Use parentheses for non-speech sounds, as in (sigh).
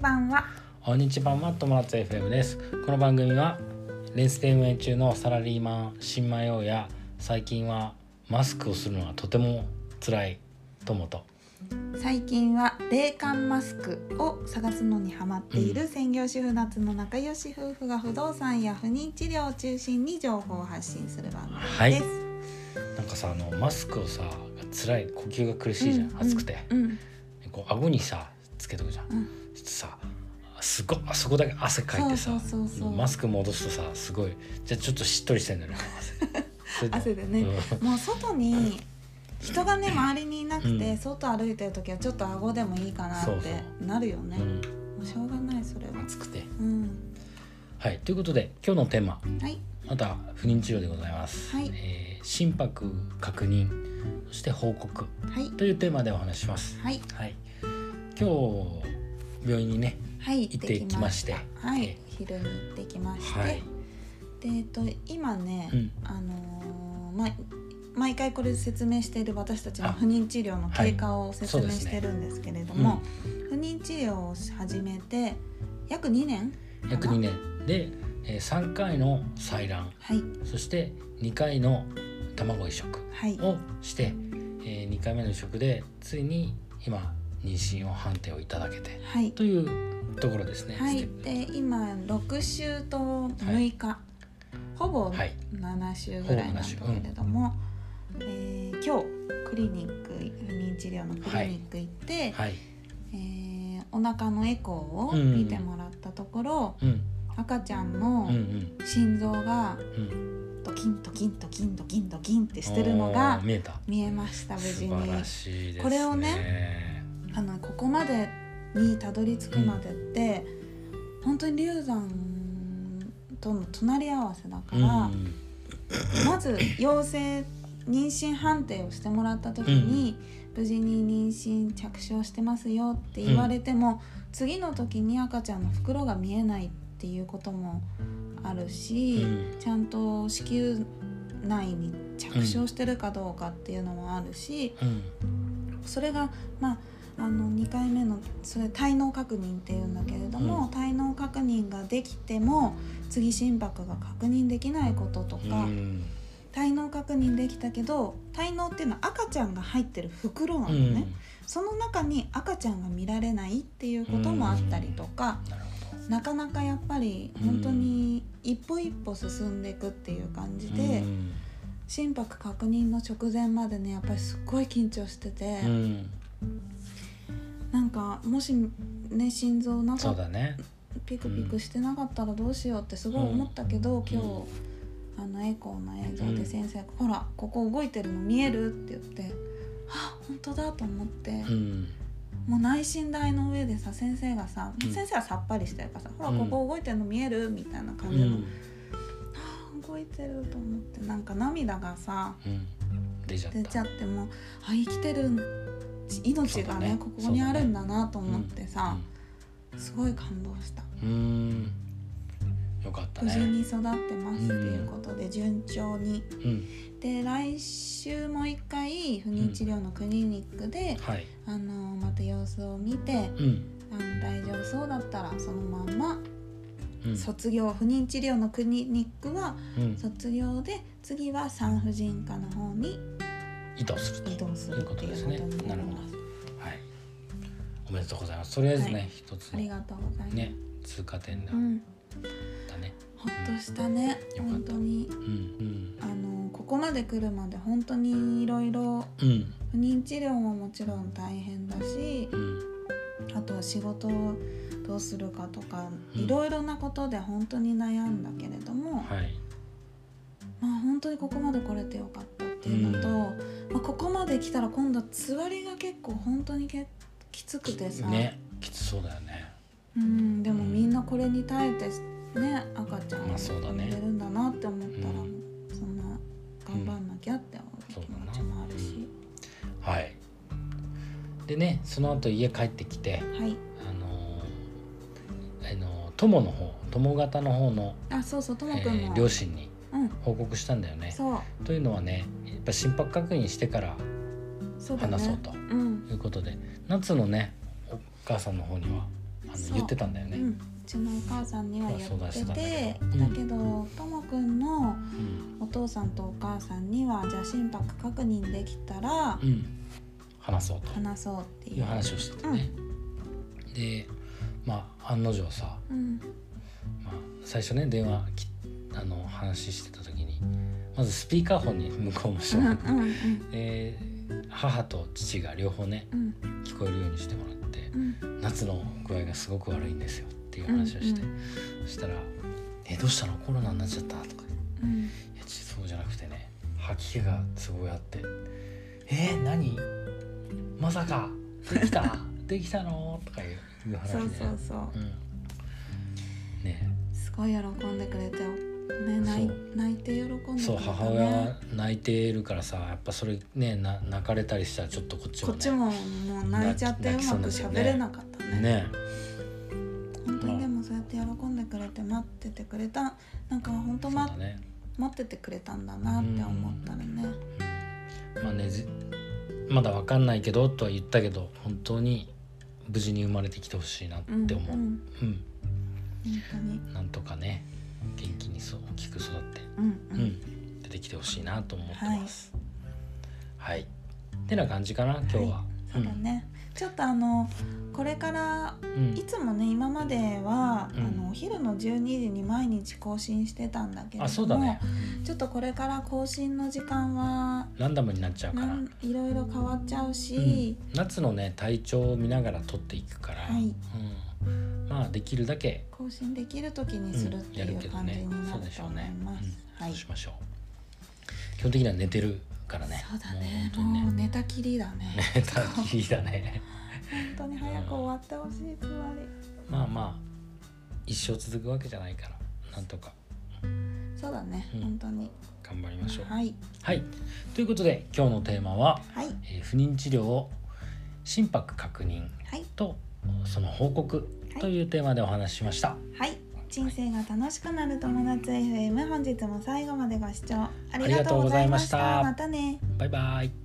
こんにちはマットもらつ FM ですこの番組はレンスで運営中のサラリーマン新米王や最近はマスクをするのはとても辛い友と最近は冷感マスクを探すのにハマっている専業主婦夏の仲良し夫婦が不動産や不妊治療を中心に情報を発信する番は組でいす。なんかさあのマスクをさ辛い呼吸が苦しいじゃん、うん暑くて、うんこう顎にさつけとくじゃん、うんさすごいあそこだけ汗かいてさそうそうそうそうマスク戻すとさすごいじゃあちょっとしっとりしてんだよね (laughs) 汗汗でねうんもう外に人がね周りにいなくて、うん外歩いてる時はちょっと顎でもいいかなそうっそてなるよね。うんもうしょうがないそれは。暑くてうん。はいということで今日のテーマはい。また不妊治療でございます、はいえー心拍確認そして報告はい。というテーマでお話ししますはい。はい今日病院にねはい。行ってきましてたはえい。昼に行ってきまして。はいでえっと今ね、うんあのーま毎回これ説明している私たちの不妊治療の経過を説そう明ですしねてるんですけれども、不妊治療を始めて約2年約2年で、えー、3回の採卵はいそして2回の卵移植はいをして、え2回目の移植でついに今妊娠を判定をいただけてはいというところですね。はステいップで今6週と6日、ほぼはい7週ぐらいなんだけれども、えー今日クリニック不妊治療のクリニック行って、はい、えーお腹のエコーを見てもらったところ、うん、赤ちゃんうん、のうん、心臓がうん、ドキンドキンドキンドキンドキンってしてるのおがー見えた。見えました無事素に晴らしいですね。これをあのここまでにたどり着くまでって、本当に流産との隣り合わせだかうら、ん、まず陽性妊娠判定をしてもらった時に、無事に妊娠着床してますよって言われても、次の時に赤ちゃんの袋が見えないっていうこともあるうし、ん、ちゃんと子宮内に着床してるかどうかっていうのもあるし、うん、それがまああの2回目のそれ体能確認っていうんだけれども、うん体能確認ができても次心拍が確認できないこととか、うん、体能確認できたけど体能っていうのは赤ちゃんが入ってる袋なうのん、ね、その中に赤ちゃんが見られないっていうこともあったりとか、なるほど。なかなかやっぱり本当に一歩一歩進んでいくっていう感じで、うん、心拍確認の直前までねやっぱりすっごい緊張してて、うん、なんかもしね心臓なんそかうだね。ピクピクしてなかったらどうしようってすごい思ったけど、今日、あのエコーの映像うんで先生が「ほらここ動いてるの見える?」って言って「あ本当だ」と思って、うん、もう内心台の上でさ先生がさ、うん先生はさっぱりしてるからさ「ほらうんここ動いてるの見える?」みたいなう感じの、ん、あ動いてると思ってなんか涙がさうん、出ちゃっ出たち。ゃってもうあ生きてるん命がねそうだねここにあるんだなと思ってさ、すごい感動した。うん、うん、よかった無事ね。に育ってますっていうことで順調に、うん、で来週もう一回不妊治療のクリニックで、はい、あのまた様子を見てうん、あの大丈夫そうだったらそのまんまうん、卒業不妊治療のクリニックはうん、卒業で次は産婦人科の方に移動すると。移動するっていうことになります。はい。おめでとうございます。とりあえずね、はい一つあのりがとうございます。ね通過点だ,、うん、だね。ほっとしたね、よかった本当にうんうんあのここまで来るまで本当にいろいろうん不妊治療ももちろん大変だしうんあとは仕事をどうするかとかうんいろいろなことで本当に悩んだけれども、はい。まあ本当にここまで来れてよかったっていうのと、うまあ、ここまで来たら今度つわりが結構本当にけきつくてさ、ねきつそうだよね。うんでもみんなこれに耐えてね赤ちゃんまをあそうだねるんだなって思ったら、うそんな頑張んなきゃって思うそう気だな持ちもあるし、はい。でねその後家帰ってきてはいあのーあのー友の方友方の方の、あそうそうともえくんも、ー両親にうん報告したんだよね。そうというのはねやっぱ心拍確認してからそうだね話そうとうんいうことで、夏のねお母さんの方にはあそのう言ってたんだよね。うんちのお母さんには言あそうだっしててたんだてけどだうんけどともくんのうんお父さんとお母さんにはじゃあ心拍確認できたらうん話そうと話そうっていいうう。話をしててね、でまあ案の定さ、うんまあ、最初ね電話きあの話してた時にまずスピーカーフォンに向こうもしうてんもう (laughs) んらって、えー母と父が両方ねうん聞こえるようにしてもらってうん夏の具合がすごく悪いんですよっていう話をして、うんそしたら「えどうしたのコロナになっちゃった?」とかうんいや実そうじゃなくてね吐き気がすごいあって「えー、何まさかで (laughs) きたできたの?」とかいういう話そで、うね、そうそううん、ねすごい喜んでくれてね泣いそう泣いて喜んでくれたねそう母親は泣いてるからさやっぱそれねな泣かれたりしたらちょっとこっちこもっねちももう泣いちゃってう泣きまく泣きそうに喋なるよねれなかったねね本当にでもそうやって喜んでくれて待っててくれたなんか本当、そうまだね、待っててくれたんだなって思ったらねうん、まあねじまだわかんないけどとは言ったけど本当に無事に生まれてきてほしいなっうんて思う、ううんん本当になんとかね元気にそう大きく育って、うんううんん出てきてほしいなと思ってますはい、ってな感じかな今日は、そうだねちょっとあのこれからうん、いつもね今までは、うんあのお昼の12時に毎日更新してたんだけれどうん、もあそうだねちょっとこれから更新の時間はランダムになっちゃうかならんいろいろ変わっちゃううんし、、夏のね体調を見ながら取っていくから、はいうん、まあできるだけ、更新できる時うにするっん、てやいるけうど感じねになそうるでしとょう思いね、うんます。は、いそうしましょう基本的には寝てるからねそうだねもう本当にもうね寝たきりだ (laughs) ね寝たきりだね (laughs) 本当に早く終わってほしいつまりまあまあ一生続くわけじゃないからなんとかそうだね、うん本当に頑張りましょうはい、はいということで今日のテーマは、はいえー不妊治療を心拍確認はいとその報告はいというテーマでお話ししました、はい人生が楽しくなる友達 FM 本日も最後までご視聴ありがとうございましたありがとまたうございましたねバイバイ